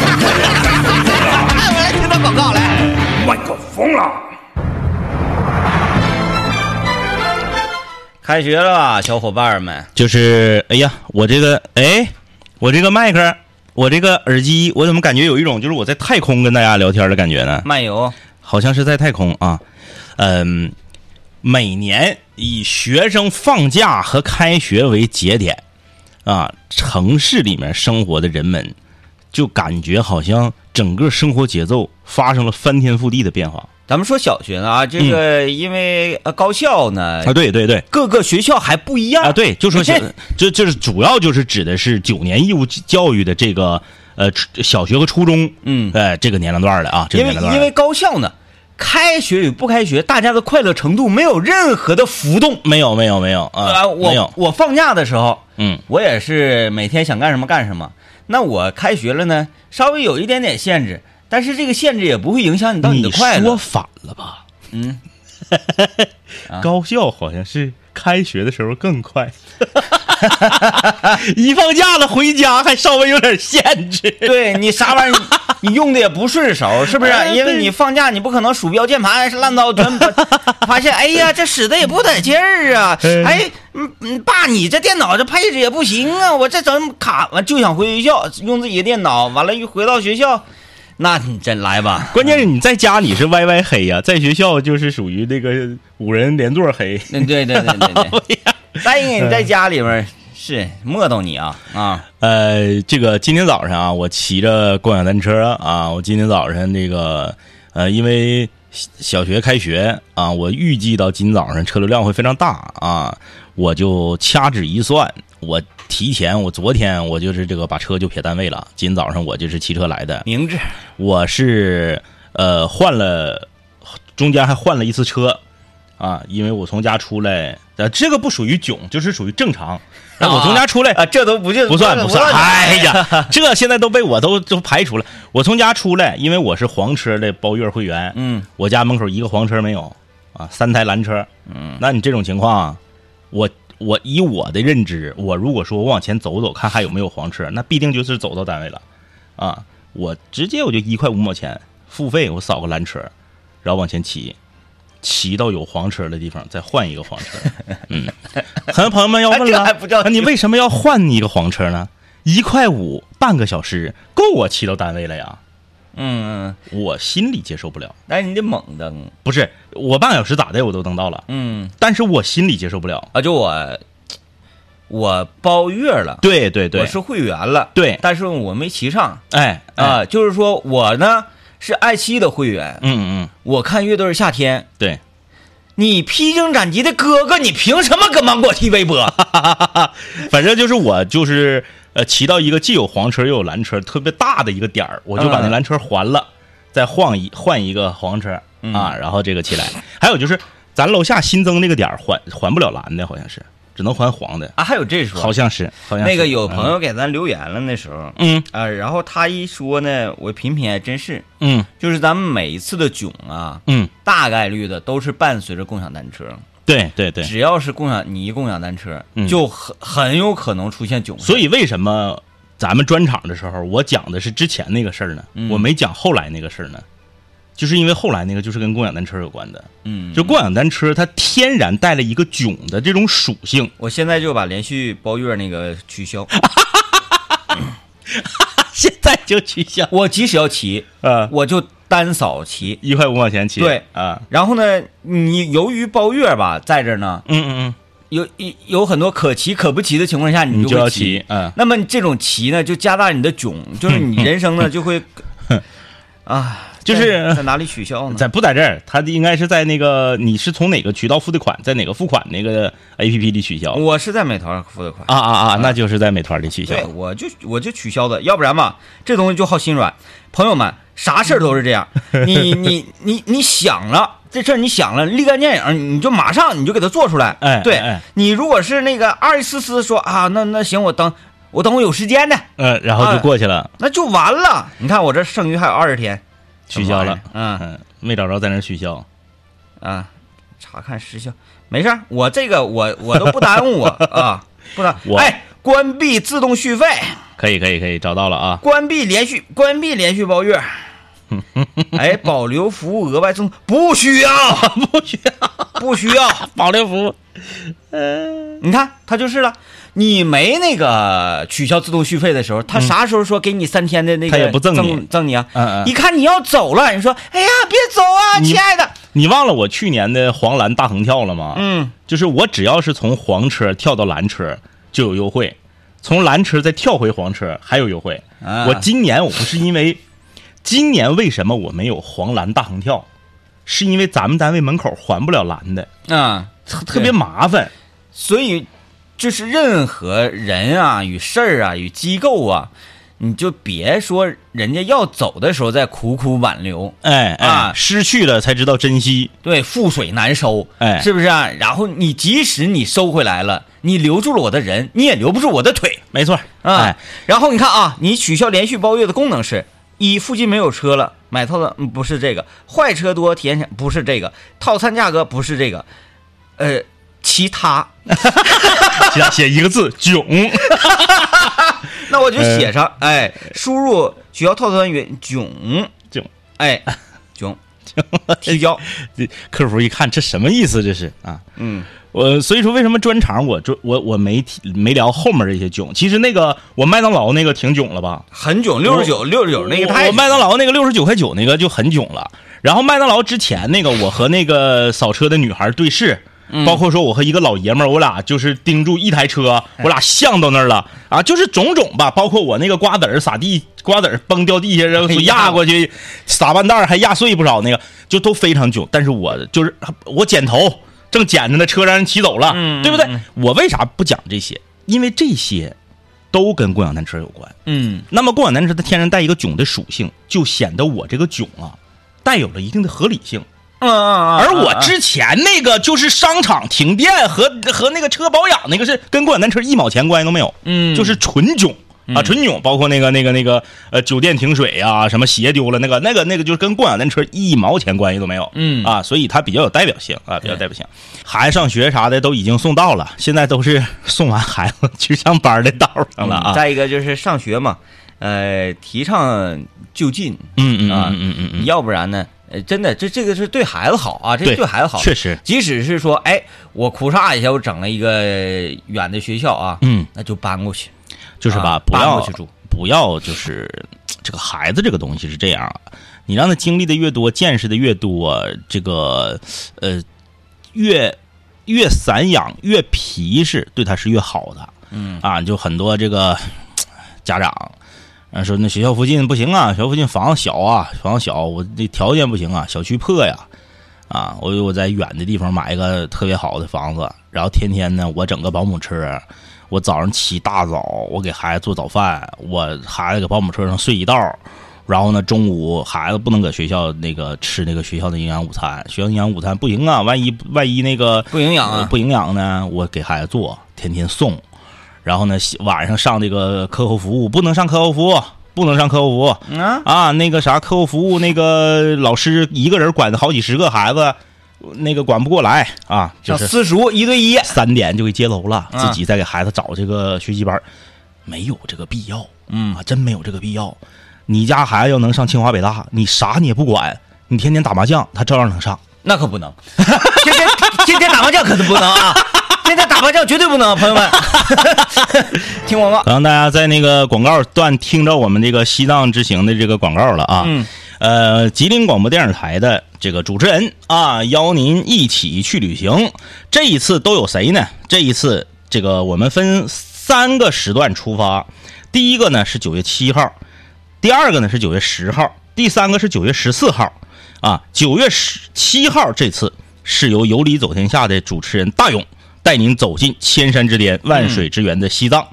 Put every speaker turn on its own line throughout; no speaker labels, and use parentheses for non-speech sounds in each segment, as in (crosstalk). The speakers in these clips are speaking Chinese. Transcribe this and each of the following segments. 哎，我来听段广告来。
麦克风了。
开学了吧，小伙伴们？
就是哎呀，我这个哎，我这个麦克，我这个耳机，我怎么感觉有一种就是我在太空跟大家聊天的感觉呢？
漫游，
好像是在太空啊。嗯，每年以学生放假和开学为节点，啊，城市里面生活的人们就感觉好像整个生活节奏发生了翻天覆地的变化
咱们说小学呢啊，这个因为呃高校呢，
嗯啊！对对对。
各个学校还不一样
(laughs) 啊，对，就说小，这这是主要就是指的是九年义务教育的这个呃初小学和初中，
嗯
呃这个年龄段儿的啊，这个
因为
年龄段儿
因为高校呢，开学与不开学，大家的快乐程度没有任何的浮动。
没有没有没有啊，
啊，
没有
我，我放假的时候，
嗯，
我也是每天想干什么干什么。那我开学了呢，稍微有一点点限制，但是这个限制也不会影响你到你的快
说
乐。
反了吧？
嗯，
(laughs)
啊
高校好像是开学的时候
(laughs)
更快，一放假了回家还稍微有点限制。
对你啥玩意儿， (laughs) 你你用的也不顺手，是不是？
哎
因为
对
你放假，你不可能鼠标键盘烂到全 (laughs) 部，发现哎呀，这使的也不得劲儿啊！哎，嗯嗯，爸，你这电脑这配置也不行啊，我这整卡完就想回学校用自己的电脑，完了一回到学校，那你真来吧，
关键是你在家你是歪歪黑呀、在学校就是属于那个五人连座黑。
对嗯对对对对对。 (laughs) 再一个，你在家里边儿是磨叨你啊啊，
呃，这个今天早上啊，我骑着共享单车啊，我今天早上这个呃，因为小小学开学啊，我预计到今早上车流量会非常大啊，我就掐指一算，我提前，我昨天我就是这个把车就撇单位了，今早上我就是骑车来的，
明智，
我是呃换了，中间还换了一次车啊，因为我从家出来，呃，这个不属于囧，就是属于正常。然后我从家出来
啊，这都不就
不算
不
不算，哎
哎呀，
呀，这现在都被我都都排除了。我从家出来，因为我是黄车的包月会员，
嗯，
我家门口一个黄车没有啊，三台蓝车，嗯，那你这种情况啊，我我以我的认知，我如果说我往前走走看还有没有黄车，那必定就是走到单位了啊，我直接我就一块五毛钱付费，我扫个蓝车，然后往前骑。骑到有黄车的地方，再换一个黄
(laughs)
车。嗯，很多朋友们要问
哎这
了，
还不叫
啊你为什么要换一个黄车呢？一块五，半个小时够我骑到单位了呀，
嗯嗯，
我心里接受不了。
但是你得猛蹬，
不是我半个小时咋的，我都能到了，
嗯。
但是我心里接受不了。
啊，就我我包月了，
对对对
我，是会员了，
对
但是我没骑上
哎
啊、
哎
就是说我呢是爱奇艺的会员，
嗯嗯，
我看乐队儿夏天。
对，
你披荆斩棘的哥哥，你凭什么跟芒果踢微
(laughs)
博？
反正就是我就是呃骑到一个既有黄车又有蓝车特别大的一个点儿，我就把那
嗯嗯
蓝车还了，再换一换一个黄车啊，然后这个骑来。还有就是咱楼下新增那个点儿还还不了蓝的，好像是只能还黄的，
啊，还有这说，
好像是嗯好像是
那个有朋友给咱留言了，那时候，
嗯
啊，然后他一说呢，我品品还真是，
嗯
就是咱们每一次的囧啊，
嗯，
大概率的都是伴随着共享单车，
对对对，
只要是共享你一共享单车，
嗯
就很很有可能出现囧事儿。
所以为什么咱们专场的时候，我讲的是之前那个事儿呢？
嗯
我没讲后来那个事儿呢？就是因为后来那个就是跟共享单车有关的，
嗯，
就共享单车它天然带了一个囧的这种属性， (laughs)
我现在就把连续包月那个取消，
现在就取消。
我即使要骑，
呃，
我就单扫骑。
一块五毛钱起。
嗯对
啊，
然后呢，你由于包月吧，在这儿呢，
嗯嗯
有有有很多可骑可不骑的情况下，
嗯，
你
你就
就
要
会
骑
骑。，
嗯， (laughs)
那么这种骑呢，就加大你的囧，就是你人生呢就会，啊，
就是
在哪里取消呢？
在不在这儿？他应该是在那个你是从哪个渠道付的款，在哪个付款那个 A P P 里取消
我是在美团上付的款。
啊啊啊！那就是在美团里取消
对，我就我就取消的，要不然吧，这东西就好心软。朋友们，啥事儿都是
(laughs)
这样，你你你你想了这事儿，你想了立竿见影，你就马上你就给它做出来。
哎
对
哎哎
你如果是那个二思思说啊，那那行，我等我等我有时间呢，
呃，然后就
啊
过去了，
那就完了。你看我这剩余还有二十天，
取消了，
什么玩意儿
嗯，没找着，在那儿取消。
嗯啊，查看时效，没事儿，我这个我我都不耽
(laughs)
误我啊，不耽误。
我
哎，关闭自动续费。
可以可以可以，找到了啊！
关闭连续关闭连续包月，哎，保留服务额外赠不需要，
(laughs) (laughs) 不需要
不需要。
保留服务，
你看他就是了，你没那个取消自动续费的时候，他啥时候说给你三天的那个
嗯他也不赠你
赠赠你啊？
嗯嗯
一看你要走了，你说哎呀别走啊，
你
亲爱的，
你忘了我去年的黄蓝大横跳了吗？
嗯，
就是我只要是从黄车跳到蓝车就有优惠，从蓝车再跳回黄车还有优惠。
啊
我今年我不是因为， (laughs) 今年为什么我没有黄蓝大横跳，是因为咱们单位门口还不了蓝的，
嗯，
特特别麻烦。
所以就是任何人啊与事儿啊与机构啊，你就别说人家要走的时候再苦苦挽留，
哎哎、
啊
失去了才知道珍惜。
对，覆水难收，
哎
是不是啊？然后你即使你收回来了，你留住了我的人，你也留不住我的腿
没错，
啊。
哎，
然后你看啊，你取消连续包月的功能是：一、附近没有车了，买套的、嗯不是这个；坏车多，体验险不是这个；套餐价格不是这个，呃，其他。
写写一个字囧。
那我就写上，哎，输入取消套餐员囧
囧， (laughs)
哎，囧，取消，
这 (laughs) 客服一看这什么意思？这是啊，
嗯，
我所以说为什么专场我专我我没提没聊后面这些囧？其实那个我麦当劳那个挺囧了吧？
很囧，六十九，六十九那个
我
太
我麦当劳那个六十九块九那个就很囧了。然后麦当劳之前那个，我和那个扫车的女孩对视，
嗯
包括说我和一个老爷们儿，我俩就是盯住一台车，我俩像到那儿了啊，就是种种吧，包括我那个瓜子儿撒地，瓜子儿崩掉地下，然后
哎呀
压过去，撒半袋儿还压碎不少，那个就都非常囧。但是我就是我剪头，正剪着呢，车让人骑走了，
嗯
对不对？我为啥不讲这些？因为这些都跟共享单车有关。
嗯
那么共享单车它天然带一个囧的属性，就显得我这个囧啊，带有了一定的合理性。
嗯嗯，
而我之前那个就是商场停电和和那个车保养那个是跟共享单车一毛钱关系都没有，
嗯
就是纯囧。啊，纯囧，包括那个、那个、那个，呃，酒店停水啊，什么鞋丢了，那个、那个、那个，就是跟共享单车一毛钱关系都没有，
嗯
啊，所以它比较有代表性啊，比较有代表性。孩子上学啥的都已经送到了，现在都是送完孩子去上班的道上了啊。
再一个就是上学嘛，呃，提倡就近，
嗯嗯
啊
嗯嗯嗯嗯，
要不然呢，呃，真的这这个是对孩子好啊，这
对
对孩子好，
确实
即使是说，哎，我哭嚓一下，我整了一个远的学校啊，
嗯，
那就搬过去，
就是吧，
啊
不
搬
要
过去住
不要就是这个孩子这个东西是这样啊，你让他经历的越多，见识的越多，这个呃越越散养越皮实，对他是越好的。嗯啊，就很多这个家长。啊，说那学校附近不行啊，学校附近房子小啊，房子小，我这条件不行啊，小区破呀，啊，我我在远的地方买一个特别好的房子，然后天天呢，我整个保姆车，啊我早上起大早，我给孩子做早饭，我孩子搁保姆车上睡一道儿，然后呢，中午孩子不能搁学校那个吃那个学校的营养午餐，学校营养午餐不行啊，万一万一那个
不营养啊
呃不营养呢，我给孩子做，天天送，然后呢，晚上上这个课后服务，不能上课后服务，不能上课后服务，
啊，
啊，那个啥客户服务那个老师一个人管好几十个孩子，那个管不过来啊，就
上
是
私塾一对一，
三点就给接楼了，
啊
自己再给孩子找这个学习班儿，没有这个必要，嗯啊，真没有这个必要。你家孩子要能上清华北大，你啥你也不管，你天天打麻将，他照样能上。
那可不能，天天天天打麻将可是不能
(laughs)
啊，天天打麻将绝对不能啊，朋友们，听广告，
然后大家在那个广告段听着我们这个西藏之行的这个广告了啊。
嗯。
呃，吉林广播电视台的这个主持人啊，邀您一起去旅行。这一次都有谁呢？这一次这个我们分三个时段出发，第一个呢是九月七号，第二个呢是九月十号，第三个是九月十四号，啊，九月十七号这次是由《有理走天下》的主持人大勇带您走进千山之巅、万水之源的西藏。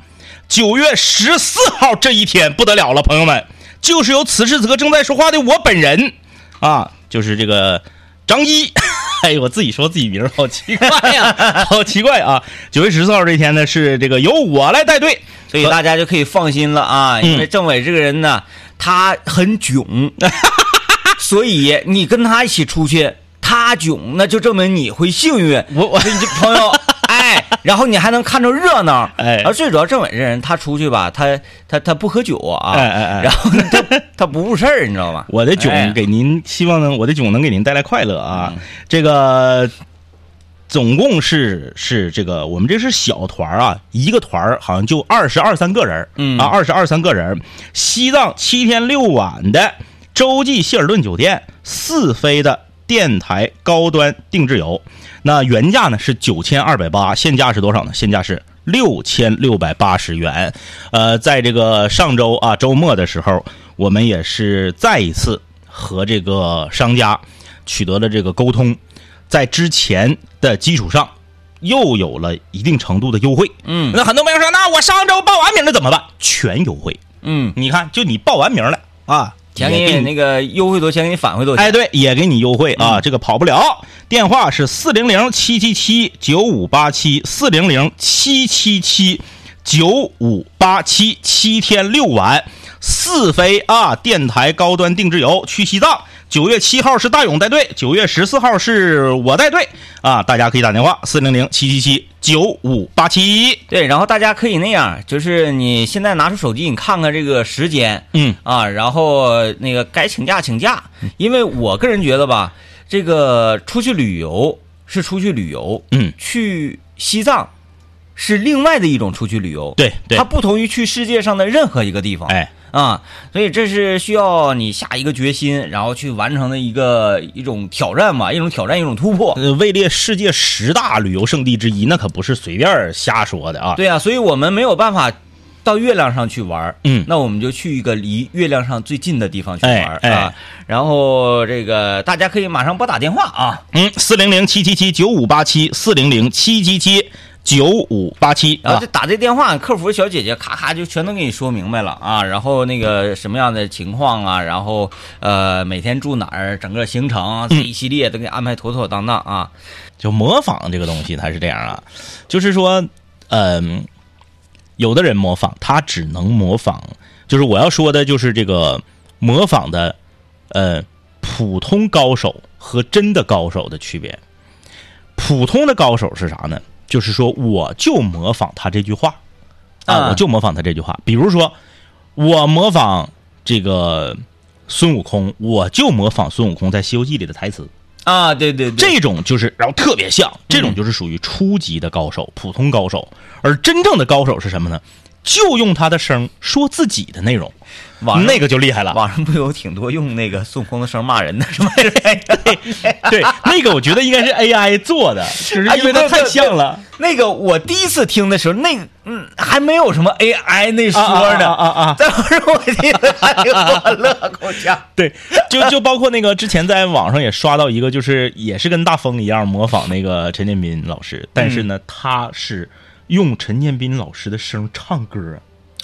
九月十四号这一天不得了了，朋友们，就是由此时此刻正在说话的我本人，啊，就是这个张一。 (laughs) 哎呦，我自己说自己名儿好奇 (laughs) 怪哎呀、好奇怪啊！九月十四号这一天呢，是这个由我来带队，
所以大家就可以放心了
嗯
啊，因为政委这个人呢，他很
(laughs)
囧，所以你跟他一起出去，他囧，那就证明你会幸运。
我我
所以你这朋
(laughs)
友，哎，然后你还能看着热闹，
哎
而最主要政委这人，他出去吧，他他他不喝酒啊，
哎哎哎
然后呢他他不误事儿，你知道
(laughs)
吗？
我的
哎
囧给您，希望呢，我的囧能给您带来快乐啊！这个总共是是这个，我们这是小团儿啊，一个团儿好像就二十二三个人儿，
嗯
啊，二十二三个人儿，西藏七天六晚的洲际希尔顿酒店四飞的电台高端定制游，那原价呢是九千二百八，现价是多少呢？现价是六千六百八十元。呃，在这个上周啊周末的时候，我们也是再一次和这个商家取得了这个沟通，在之前的基础上又有了一定程度的优惠。
嗯
那很多朋友说，那我上周报完名了怎么办？全优惠。
嗯，
你看，就你报完名了啊，
钱
也
给
给
你那个优惠多钱，给你返回多钱，
哎，对，也给你优惠啊，这个跑不了。电话是四零零七七七九五八七，四零零七七七九五八七，七天六晚，四飞啊，电台高端定制游去西藏。九月七号是大勇带队，九月十四号是我带队啊，大家可以打电话四零零七七七九五八七。
对，然后大家可以那样，就是你现在拿出手机，你看看这个时间，
嗯
啊，然后那个该请假请假，因为我个人觉得吧，这个出去旅游是出去旅游，
嗯，
去西藏是另外的一种出去旅游，，
对对
它，不同于去世界上的任何一个地方，
哎，
啊，所以这是需要你下一个决心，然后去完成的一个一种挑战嘛，一种挑战，一种突破。
呃位列世界十大旅游胜地之一，那可不是随便儿瞎说的啊。
对啊，所以我们没有办法到月亮上去玩儿，
嗯
那我们就去一个离月亮上最近的地方去玩儿、
哎哎
啊。然后这个大家可以马上拨打电话啊，
嗯，四零零七七七九五八七，四零零七七七九五八七
然后
啊
这，打这电话，客服小姐姐咔咔就全都给你说明白了啊。然后那个什么样的情况啊，然后呃每天住哪儿，整个行程
嗯
啊这一系列都给你安排妥妥当当啊。
就模仿这个东西，它是这样啊，就是说，嗯、有的人模仿，他只能模仿，就是我要说的，就是这个模仿的，呃，普通高手和真的高手的区别。普通的高手是啥呢？就是说，我就模仿他这句话
啊
啊，我就模仿他这句话。比如说，我模仿这个孙悟空，我就模仿孙悟空在《西游记》里的台词。
啊，对对对，
这种就是，然后特别像，这种就是属于初级的高手、普通高手。而真正的高手是什么呢？就用他的声说自己的内容，
网上
那个就厉害了。
网上不有挺多用那个孙悟空的声骂人的是吗？
(laughs) 对，那个我觉得应该是 AI 做的，啊就是因为它太像了。
那个我第一次听的时候，那个嗯还没有什么 AI 那说呢
啊啊啊啊啊
当时我听了还给我乐够呛。
对，就就包括那个之前在网上也刷到一个，就是也是跟大风一样模仿那个陈建斌老师，但是呢，他是用陈建斌老师的声唱歌。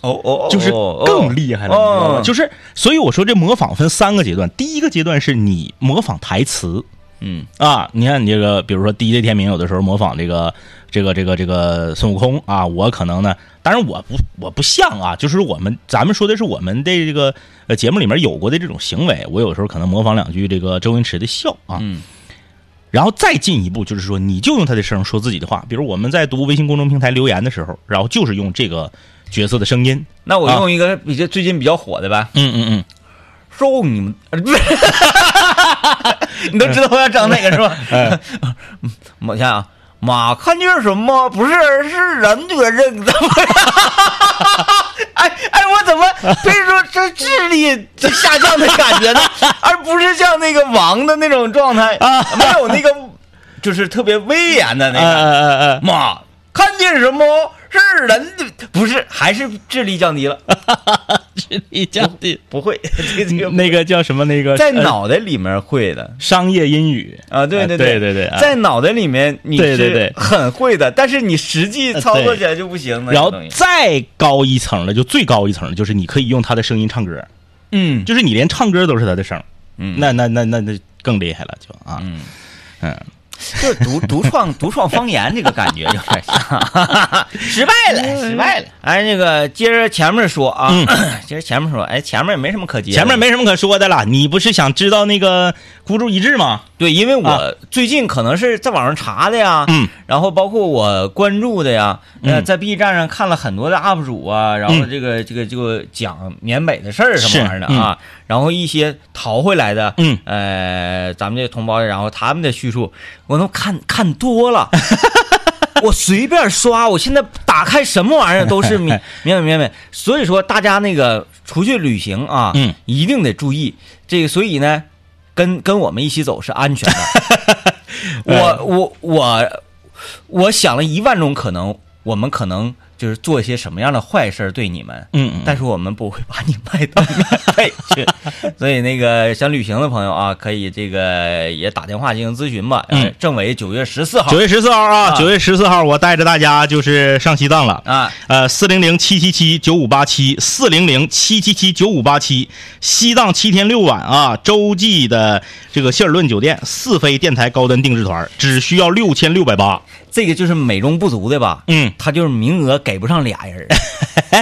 哦哦
就是更厉害了，你知道吗？就是，所以我说这模仿分三个阶段，第一个阶段是你模仿台词
嗯
啊，你看你这个，比如说 DJ 天明有的时候模仿这个这个这个这个孙悟空啊，我可能呢，当然我不我不像啊，就是我们咱们说的是我们的这个呃节目里面有过的这种行为，我有时候可能模仿两句这个周星驰的笑啊，
嗯
然后再进一步，就是说，你就用他的声说自己的话。比如我们在读微信公众平台留言的时候，然后就是用这个角色的声音。
那我
啊
用一个比这最近比较火的吧，
嗯嗯嗯，
说你们，你都知道我要整哪个是吧？
哎
我想想啊，马看见什么？不是，是人觉认的。哎哎，我怎么被说这智力这下降的感觉呢？而不是像那个王的那种状态，没有那个就是特别威严的那
哎
个。
哎哎哎，
马看见什么？是人的不是，还是智力降低了？
智力降低，
不会，这这个
那个叫什么？那个
在
呃
脑袋里面会的
商业英语
啊，对
呃
对
对
对
对对，啊
在脑袋里面你
对对
是
对呃
很会的，但是你实际操作起来就不行了。
然后
相当于
再高一层的，就最高一层的，就是你可以用他的声音唱歌，
嗯
就是你连唱歌都是他的声儿，
嗯
那那那那那更厉害了，就啊，
嗯，
嗯，
就是独 (laughs) 独创独创方言这个感觉有点像， (laughs) 失败
嗯
了，失败了。哎，那个接着前面说啊， (clears throat) 接着前面说，哎，前面也没什么可接的，
前面没什么可说的了，你不是想知道那个孤注一掷吗？
对，因为
啊
我最近可能是在网上查的呀，
嗯，
然后包括我关注的呀，呃，
嗯
在 B 站上看了很多的 UP 主啊，然后
嗯
这个这个这个讲缅北的事儿什
是
么玩意儿的啊，然后一些逃回来的，
嗯
呃，咱们这同胞，然后他们的叙述，我都看看多
(laughs)
了。我随便刷，我现在打开什么玩意儿都是
(laughs)
缅缅北缅北，所以说大家那个出去旅行啊，
嗯，
一定得注意这个，所以呢，跟跟我们一起走是安全的。
(laughs) 哎
我我我我想了一万种可能，我们可能就是做一些什么样的坏事儿对你们，
嗯嗯
但是我们不会把你卖到缅
(laughs)
北去。所以那个想旅行的朋友啊，可以这个也打电话进行咨询吧。
嗯
呃政委九月十四号
九月十四号啊，
啊
九月十四号我带着大家就是上西藏了。
啊，
呃，四零零七七七九五八七，四零零七七七九五八七，西藏七天六晚啊，洲际的这个希尔顿酒店四飞电台高端定制团，只需要六千六百八。
这个就是美中不足的吧？
嗯，
他就是名额给不上俩人
(laughs)
儿，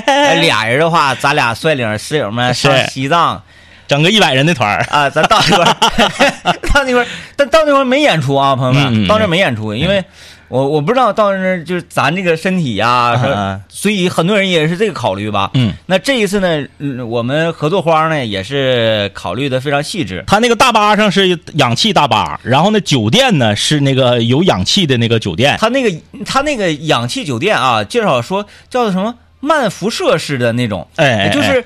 哎俩人的话，咱俩率领室友们上
是
西藏
整个一百人的团儿，
啊，咱到那块
(laughs)
儿，到那块儿，但到那块儿没演出啊，朋友们，
嗯嗯
到那儿没演出，因为我我不知道到那儿就是咱这个身体呀、
嗯
说
嗯
所以很多人也是这个考虑吧。
嗯，
那这一次呢，嗯我们合作方呢也是考虑的非常细致，
他那个大巴上是氧气大巴，然后呢酒店呢是那个有氧气的那个酒店，
他那个他那个氧气酒店啊，介绍说叫做什么慢辐射式的那种，
哎哎，哎
就是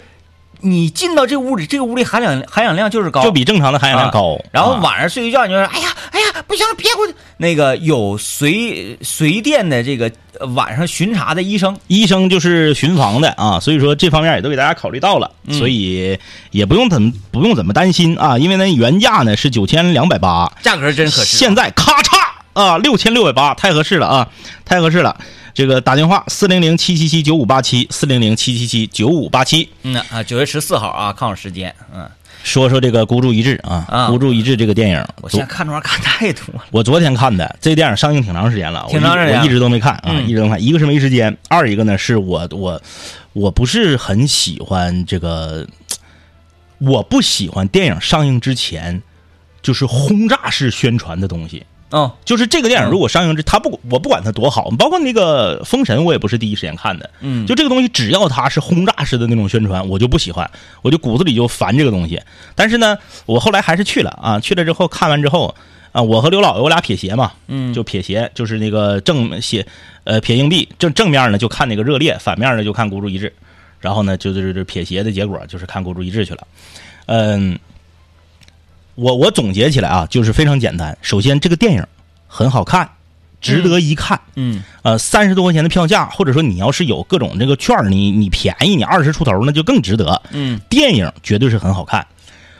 你进到这屋里，这个屋里含氧含氧量就是高，
哎就比正常的含氧量高。
然后
啊
晚上睡一觉，你就说：“哎呀，哎呀，不行了，别过去。”那个有随随店的这个呃晚上巡查的医生，
医生就是巡房的啊，所以说这方面也都给大家考虑到了，
嗯
所以也不用怎么不用怎么担心啊，因为呢原价呢是九千两百八，
价格真合适。
现在咔嚓啊六千六百八，太合适了啊，太合适了。这个打电话四零零七七七九五八七四零零七七七九五八七，
嗯啊，九月十四号啊，看我时间。嗯，
说说这个《孤注一掷》啊，
啊
孤注一掷》这个电影，
我现
昨
在看片看太多了。
我昨天看的，这电影上映挺长时间了，
挺长时间
我一我一直都没看啊，
嗯
一直都没看。一个是没时间，二一个呢是我我我不是很喜欢这个，我不喜欢电影上映之前就是轰炸式宣传的东西。
哦，
就是这个电影
嗯
如果上映之，它不我不管它多好，包括那个《封神》，我也不是第一时间看的。
嗯
就这个东西，只要它是轰炸式的那种宣传，我就不喜欢，我就骨子里就烦这个东西。但是呢，我后来还是去了啊，去了之后看完之后啊，我和刘老爷我俩撇鞋嘛，
嗯
就撇鞋，就是那个正斜呃撇硬币，正正面呢就看那个热烈，反面呢就看孤注一掷。然后呢，就就是就是撇鞋的结果就是看孤注一掷去了。嗯，我我总结起来啊，就是非常简单。首先，这个电影很好看，值得一看。
嗯
呃，三十多块钱的票价，或者说你要是有各种这个券儿，你你便宜，你二十出头那就更值得。
嗯，
电影绝对是很好看，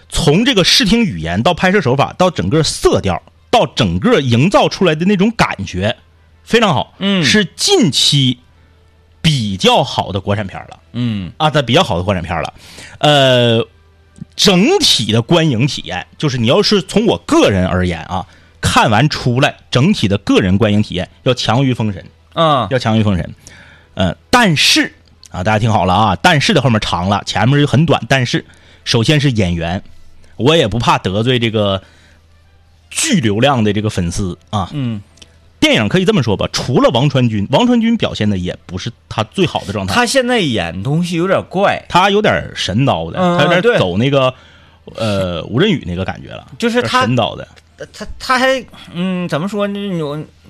从这个视听语言到拍摄手法，到整个色调，到整个营造出来的那种感觉，非常好。
嗯
是近期比较好的国产片儿了。
嗯
啊，它比较好的国产片了。呃，整体的观影体验，就是你要是从我个人而言啊，看完出来，整体的个人观影体验要强于《封神》，
啊
要强于《封神》。呃，但是啊，大家听好了啊，但是的后面长了，前面就很短。但是，首先是演员，我也不怕得罪这个巨流量的这个粉丝啊。
嗯，
电影可以这么说吧，除了王传君，王传君表现的也不是他最好的状态。
他现在演东西有点怪，
他有点神叨的，
嗯嗯
他有
对
点走那个呃吴镇宇那个感觉了，
就是
有点
他
神叨的。
呃他他还嗯怎么说呢？你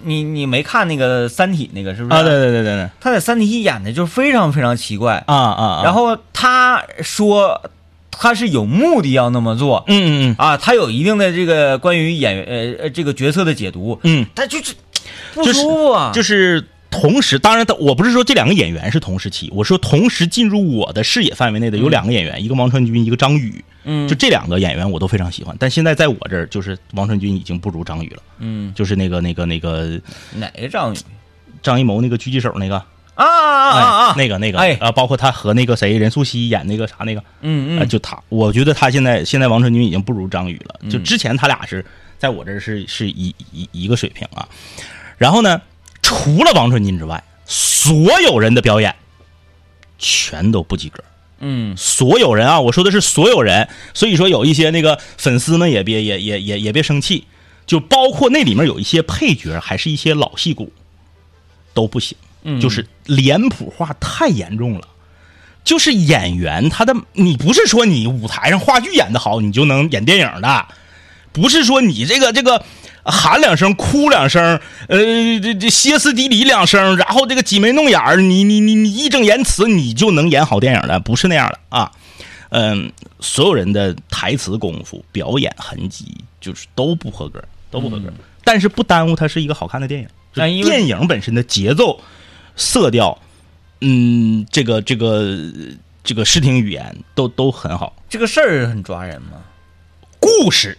你你没看那个《三体》那个是不是？
啊，对对对对对，
他在《三体》演的就非常非常奇怪。
啊啊，啊
然后他说他是有目的要那么做
嗯嗯
啊，他有一定的这个关于演员呃呃这个角色的解读，
嗯
他就是不舒服啊，
嗯，就是同时，当然，我不是说这两个演员是同时期，我说同时进入我的视野范围内的有两个演员，一个王传君，一个张宇。
嗯
就这两个演员我都非常喜欢，但现在在我这儿，就是王传君已经不如张宇了，
嗯，
就是那个那个那个
哪个张宇？
张艺谋那个狙击手那个
啊啊啊啊！
哎那个那个
哎
啊，包括他和那个谁任素汐演那个啥那个，
嗯
啊，
嗯，
就他，我觉得他现在现在王传君已经不如张宇了，
嗯
就之前他俩是在我这儿是是一一一个水平啊。然后呢，除了王传君之外，所有人的表演全都不及格。
嗯，
所有人啊，我说的是所有人，所以说有一些那个粉丝们也别也也也也别生气，就包括那里面有一些配角，还是一些老戏骨，都不行，就是脸谱化太严重了。就是演员他的，你不是说你舞台上话剧演得好，你就能演电影的，不是说你这个这个喊两声、哭两声，呃，这这歇斯底里两声，然后这个挤眉弄眼儿，你你你你义正言辞，你就能演好电影的，不是那样的啊。嗯，所有人的台词功夫、表演痕迹，就是都不合格，都不合格。但是不耽误它是一个好看的电影。
嗯
就
但因为
电影本身的节奏、色调，嗯，这个这个这个视听语言都都很好。
这个事儿很抓人嘛。
故事。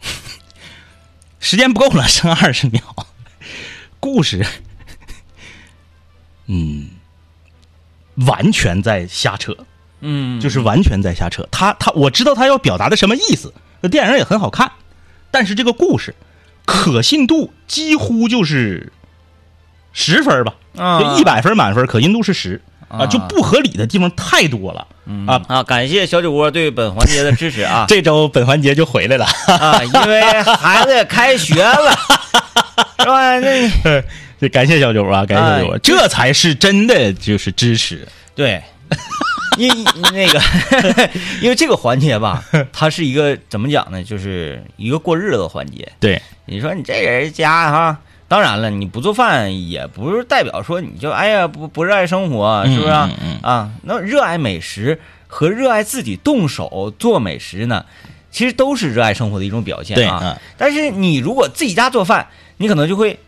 (laughs) 时间不够了， (laughs) 剩二十秒。故事，嗯，完全在瞎扯，
嗯，
就是完全在瞎扯。他他，我知道他要表达的什么意思。那电影也很好看，但是这个故事可信度几乎就是十分儿吧，
啊
就一百分满分，可信度是十啊，就不合理的地方太多了啊。
啊，感谢小酒窝对本环节的支持 (laughs) 啊
这周本环节就回来了。
啊！因为孩子也开学 (laughs) 了，是吧？那
这感谢小九啊，感谢小九啊，
哎
这才是真的就是支持。
对， (laughs) 因那个， (laughs) 因为这个环节吧，它是一个怎么讲呢？就是一个过日子的环节。
对，
你说你这人家哈，当然了，你不做饭也不是代表说你就哎呀不不热爱生活，是不是啊？
嗯嗯
啊，那热爱美食和热爱自己动手做美食呢，其实都是热爱生活的一种表现
对
啊。
嗯
但是你如果自己家做饭，你可能就会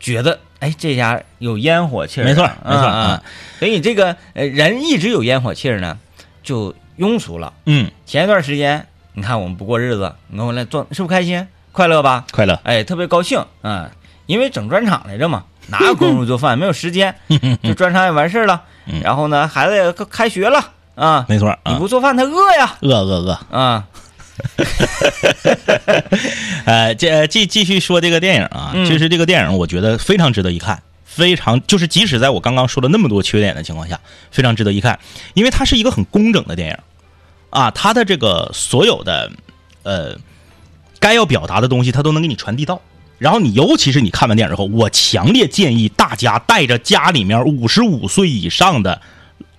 觉得，哎，这家有烟火气儿啊，
没错
啊
没错嗯
啊。所以这个呃人一直有烟火气儿呢，就庸俗了。
嗯，
前一段时间，你看我们不过日子，你跟我来做，是不是开心快乐吧？
快乐，
哎，特别高兴，嗯，因为整专场来着
(laughs)
嘛，哪有功夫做饭，没有时间，就专场也完事儿了。
嗯
然后呢，孩子也开学了啊，
没错
你
啊，
不做饭他饿呀
饿饿饿。
啊，
呃，这继继续说这个电影啊，
嗯
就是这个电影，我觉得非常值得一看，非常就是即使在我刚刚说了那么多缺点的情况下，非常值得一看，因为它是一个很工整的电影啊，它的这个所有的呃该要表达的东西，它都能给你传递到。然后你尤其是你看完电影后，我强烈建议大家带着家里面五十五岁以上的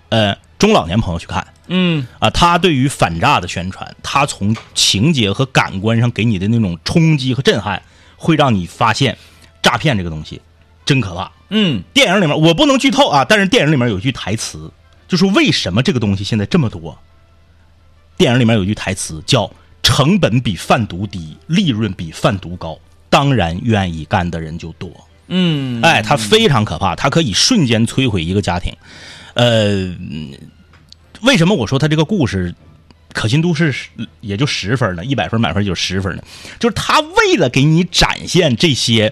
呃中老年朋友去看，
嗯
啊，他对于反诈的宣传，他从情节和感官上给你的那种冲击和震撼，会让你发现诈骗这个东西真可怕。
嗯
电影里面我不能剧透啊，但是电影里面有一句台词，就说为什么这个东西现在这么多。电影里面有一句台词叫“成本比贩毒低，利润比贩毒高”，当然愿意干的人就多。
嗯，
哎，它非常可怕，它可以瞬间摧毁一个家庭。呃，为什么我说它这个故事可信度是十也就十分呢？一百分满分就十分呢？就是他为了给你展现这些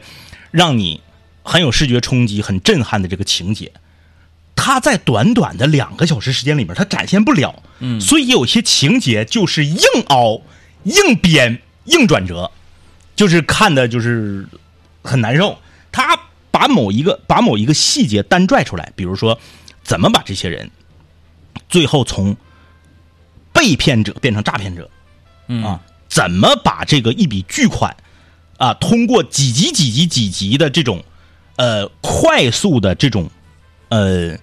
让你很有视觉冲击、很震撼的这个情节，他在短短的两个小时时间里面，他展现不了。嗯，所以有些情节就是硬凹、硬编、硬转折，就是看的就是很难受。他把某一个把某一个细节单拽出来，比如说怎么把这些人最后从被骗者变成诈骗者，
嗯
啊，怎么把这个一笔巨款啊，通过几级几级几级的这种呃快速的这种呃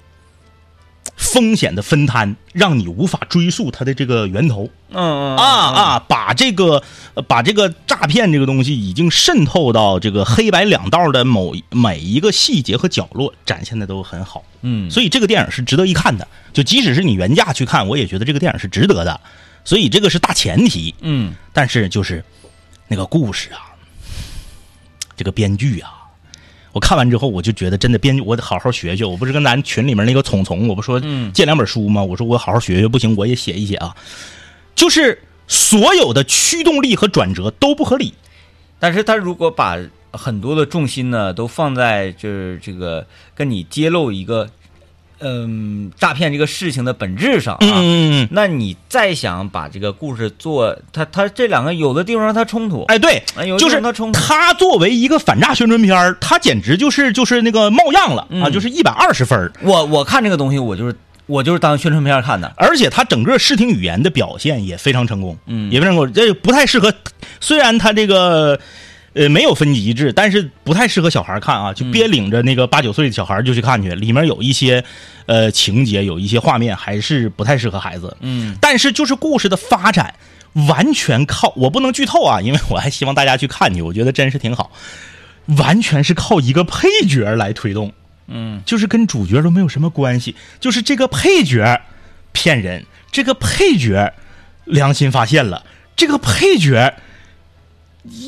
风险的分摊，让你无法追溯它的这个源头。
嗯嗯
啊啊，把这个呃把这个诈骗这个东西已经渗透到这个黑白两道的某一每一个细节和角落，展现的都很好。
嗯
所以这个电影是值得一看的。就即使是你原价去看，我也觉得这个电影是值得的。所以这个是大前提，
嗯
但是就是那个故事啊，这个编剧啊，我看完之后，我就觉得真的编剧，我得好好学学。我不是跟咱群里面那个聪聪，我不说借两本书吗？我说我好好学学，不行我也写一写啊。就是所有的驱动力和转折都不合理，
但是他如果把很多的重心呢都放在就是这个跟你揭露一个，嗯，诈骗这个事情的本质上啊，
嗯嗯嗯
那你再想把这个故事做，它它这两个有的地方它冲突，
哎，对
哎有，一
就是
种它冲突
他作为一个反诈宣传片儿，他简直就是就是那个冒样了啊，就是一百二十分儿
我我看这个东西，我就是我就是当宣传片看的，
而且他整个视听语言的表现也非常成功，嗯，也非常成功。这不太适合，虽然他这个呃没有分级制，但是不太适合小孩看啊，就别领着那个八九岁的小孩就去看去。里面有一些呃情节，有一些画面还是不太适合孩子，嗯，但是就是故事的发展。完全靠我不能剧透啊，因为我还希望大家去看去，我觉得真是挺好。完全是靠一个配角来推动，嗯，就是跟主角都没有什么关系，就是这个配角骗人，这个配角良心发现了，这个配角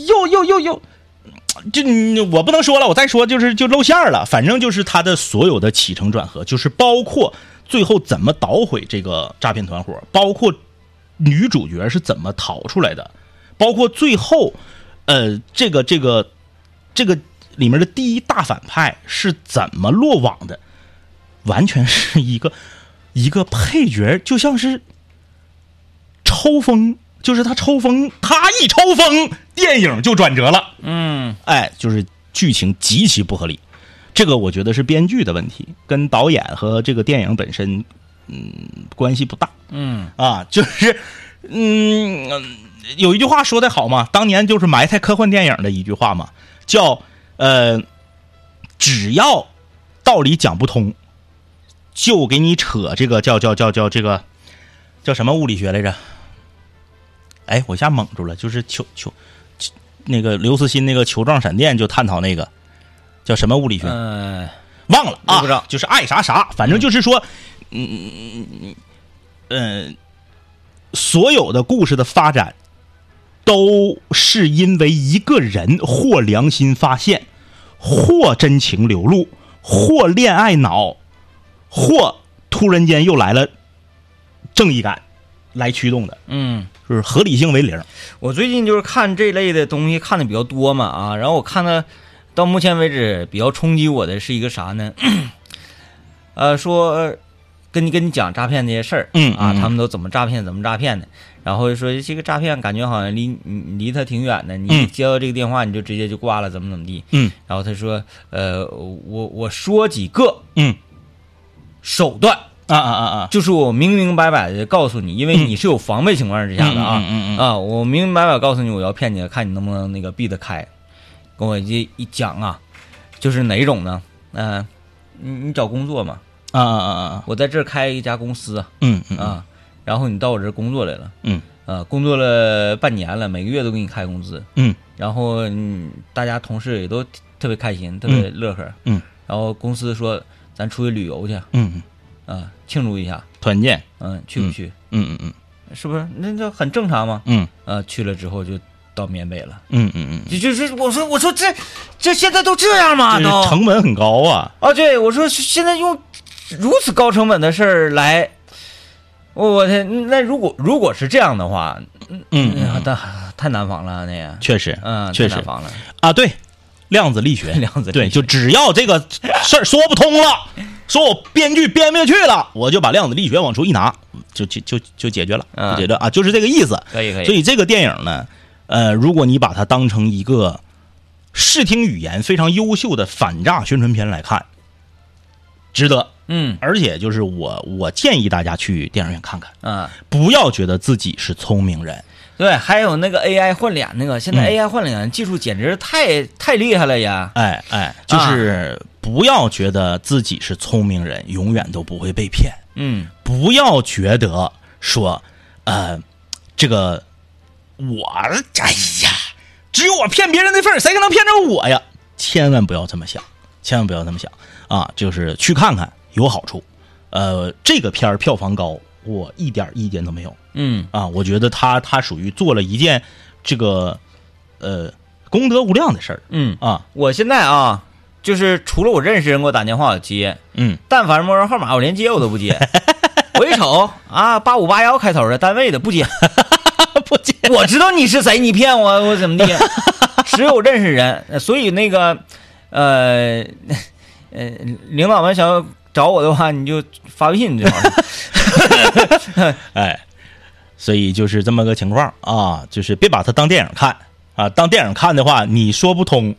又又又又，这你我不能说了，我再说就是就露馅儿了，反正就是他的所有的起承转合，就是包括最后怎么捣毁这个诈骗团伙，包括女主角是怎么逃出来的，包括最后，呃，这个这个这个里面的第一大反派是怎么落网的，完全是一个 (laughs) 一个配角，就像是抽风，就是他抽风，他一抽风，电影就转折了。
嗯，
哎，就是剧情极其不合理。这个我觉得是编剧的问题，跟导演和这个电影本身，嗯，关系不大。嗯啊，就是，嗯，嗯有一句话说的好嘛，当年就是埋汰科幻电影的一句话嘛，叫呃，只要道理讲不通，就给你扯这个叫叫叫叫这个叫什么物理学来着？哎，我一下蒙住了，就是球球那个刘慈欣那个球状闪电就探讨那个叫什么物理学，
呃，
忘了啊，
我不知道
就是爱啥啥，反正就是说，嗯嗯嗯，所有的故事的发展都是因为一个人或良心发现，或真情流露，或恋爱脑，或突然间又来了正义感来驱动的，
嗯。
就是合理性为零。
我最近就是看这类的东西看的比较多嘛啊，然后我看到到目前为止比较冲击我的是一个啥呢？ (clears throat) 呃，说呃跟你跟你讲诈骗这些事儿，
嗯
啊，
嗯
他们都怎么诈骗，怎么诈骗的，然后说这个诈骗感觉好像离你离他挺远的，你
嗯
接到这个电话你就直接就挂了，怎么怎么地，
嗯
然后他说呃我我说几个
嗯
手段，
啊啊啊啊！
就是我明明白白的告诉你，因为你是有防备情况之下的啊，
嗯嗯嗯嗯嗯
啊，我明明白白告诉你我要骗你，看你能不能那个避得开。跟我这一讲啊，就是哪种呢？嗯、你你找工作嘛，
啊啊啊啊！
我在这儿开一家公司啊，
嗯嗯
啊，然后你到我这儿工作来了，
嗯
啊，工作了半年了，每个月都给你开工资，
嗯
然后嗯，大家同事也都特别开心，特别乐呵，
嗯
然后公司说咱出去旅游去
嗯，
啊，庆祝一下，
团建。
嗯，去不去？
嗯嗯
是不是？那就很正常嘛。
嗯
呃，去了之后就到缅北了，
嗯嗯嗯
就就是我说我说这这现在都这样吗？
嗯，
啊都
这成本很高啊。
啊，对我说现在用如此高成本的事儿来，我我天，那如果如果是这样的话，
嗯
哎呀，但太难防了那也，
确实，
嗯，
确
太
实
难防了。
啊，对，量子力学，
(laughs) 量子力学
对，就只要这个事儿 (laughs) 说不通了，说我编剧编不下去了，我就把量子力学往出一拿，就就就就解决了，
嗯
就解决啊，就是这个意思。
可以可以
所以这个电影呢，呃，如果你把它当成一个视听语言非常优秀的反诈宣传片来看，值得。
嗯
而且就是我，我建议大家去电影院看看，
啊，
不要觉得自己是聪明人。
对，还有那个 AI 换脸那个，现在
嗯
AI 换脸技术简直太太厉害了呀！
哎哎，就是不要觉得自己是聪明人，永远都不会被骗。
嗯
不要觉得说，呃，这个我，哎呀，只有我骗别人的份儿，谁能骗着我呀？千万不要这么想，千万不要这么想啊！就是去看看有好处。呃，这个片儿票房高，我一点儿意见都没有。
嗯，
啊，我觉得他他属于做了一件这个呃功德无量的事儿
嗯，
啊，
我现在啊，就是除了我认识人给我打电话我接，
嗯
但凡是陌生号码我连接我都不接。我一瞅啊，八五八幺开头的单位的不接，
(laughs)
不接。我知道你是谁，你骗我，我怎么地？只有认识人，呃所以那个，呃， (laughs) 呃，领导们想要找我的话，你就发微信这玩意儿。
哎，所以就是这么个情况啊，就是别把它当电影看啊，当电影看的话，你说不通，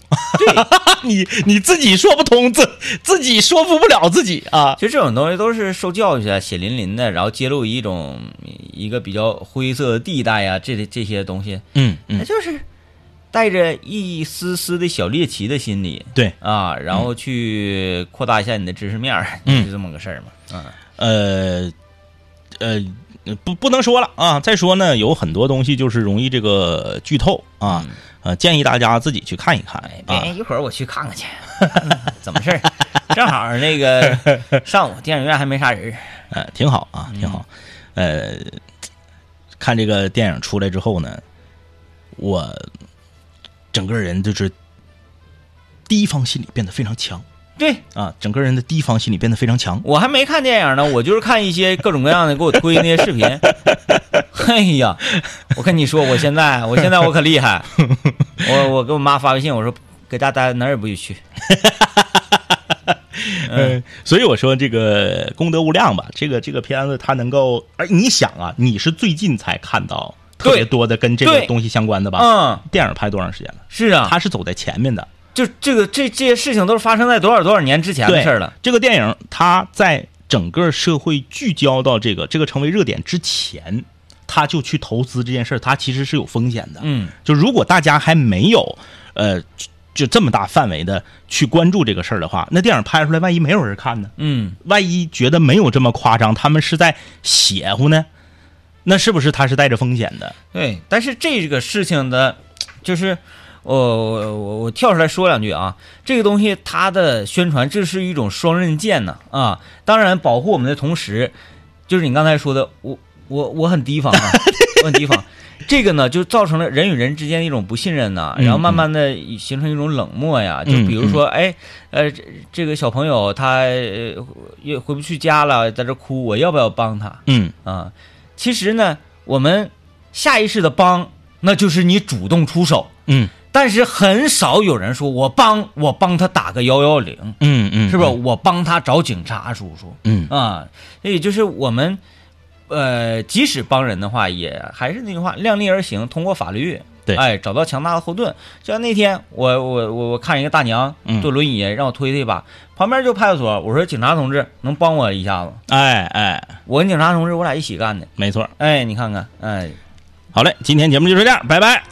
(laughs) 你你自己说不通，自自己说服不了自己啊。
其实这种东西都是受教育的，啊血淋淋的，然后揭露一种一个比较灰色的地带呀、这这些东西，
嗯
那
嗯，
就是带着一丝丝的小猎奇的心理
对，
啊，然后去扩大一下你的知识面儿，
嗯
就是这么个事儿嘛。嗯，
呃呃，不不能说了啊。再说呢，有很多东西就是容易这个剧透啊，呃，建议大家自己去看一看
嗯哎，
啊
别。一会儿我去看看去， (laughs) 嗯怎么事儿？正好那个 (laughs) 上午电影院还没啥人儿，
呃，挺好啊，挺好。
嗯
呃，看这个电影出来之后呢，我整个人就是提防心理变得非常强
对
啊，整个人的提防心理变得非常强。
我还没看电影呢，我就是看一些各种各样的给我推那些视频。 (laughs) 哎呀，我跟你说，我现在我现在我可厉 (laughs) 害，我我给我妈发微信，我说搁家待着哪儿也不许去。
嗯，所以我说这个功德无量吧，这个这个片子它能够，而你想啊，你是最近才看到特别
对
多的跟这个
对
东西相关的吧？
嗯，
电影拍多长时间了？
是啊，
它是走在前面的。
就这个这这些事情都是发生在多少多少年之前
对
的事儿了。
这个电影它在整个社会聚焦到这个这个成为热点之前，他就去投资这件事儿，它其实是有风险的。
嗯，
就如果大家还没有呃就就这么大范围的去关注这个事儿的话，那电影拍出来万一没有人看呢？
嗯，
万一觉得没有这么夸张，他们是在邪乎呢？那是不是他是带着风险的？
对。但是这个事情的，就是我我我我跳出来说两句啊，这个东西它的宣传这是一种双刃剑呢啊，当然保护我们的同时，就是你刚才说的，我我我很提防啊，我很提防。这个呢，就造成了人与人之间的一种不信任呐、
嗯
然后慢慢的形成一种冷漠呀。就比如说，哎，呃，这这个小朋友他呃也回不去家了，在这哭，我要不要帮他？
嗯，
啊，其实呢，我们下意识的帮，那就是你主动出手，
嗯
但是很少有人说我帮我帮他打个幺幺零，
嗯嗯
是不是？？我帮他找警察叔叔
嗯
啊，所以就是我们。呃，即使帮人的话，也还是那句话，量力而行，通过法律，
对
哎，找到强大的后盾。就像那天，我我我我看一个大娘
嗯
坐轮椅，让我推她一把，旁边就派出所，我说警察同志能帮我一下吗？
哎哎，
我跟警察同志，我俩一起干的，
没错。
哎，你看看，哎，
好嘞，今天节目就这样，拜拜。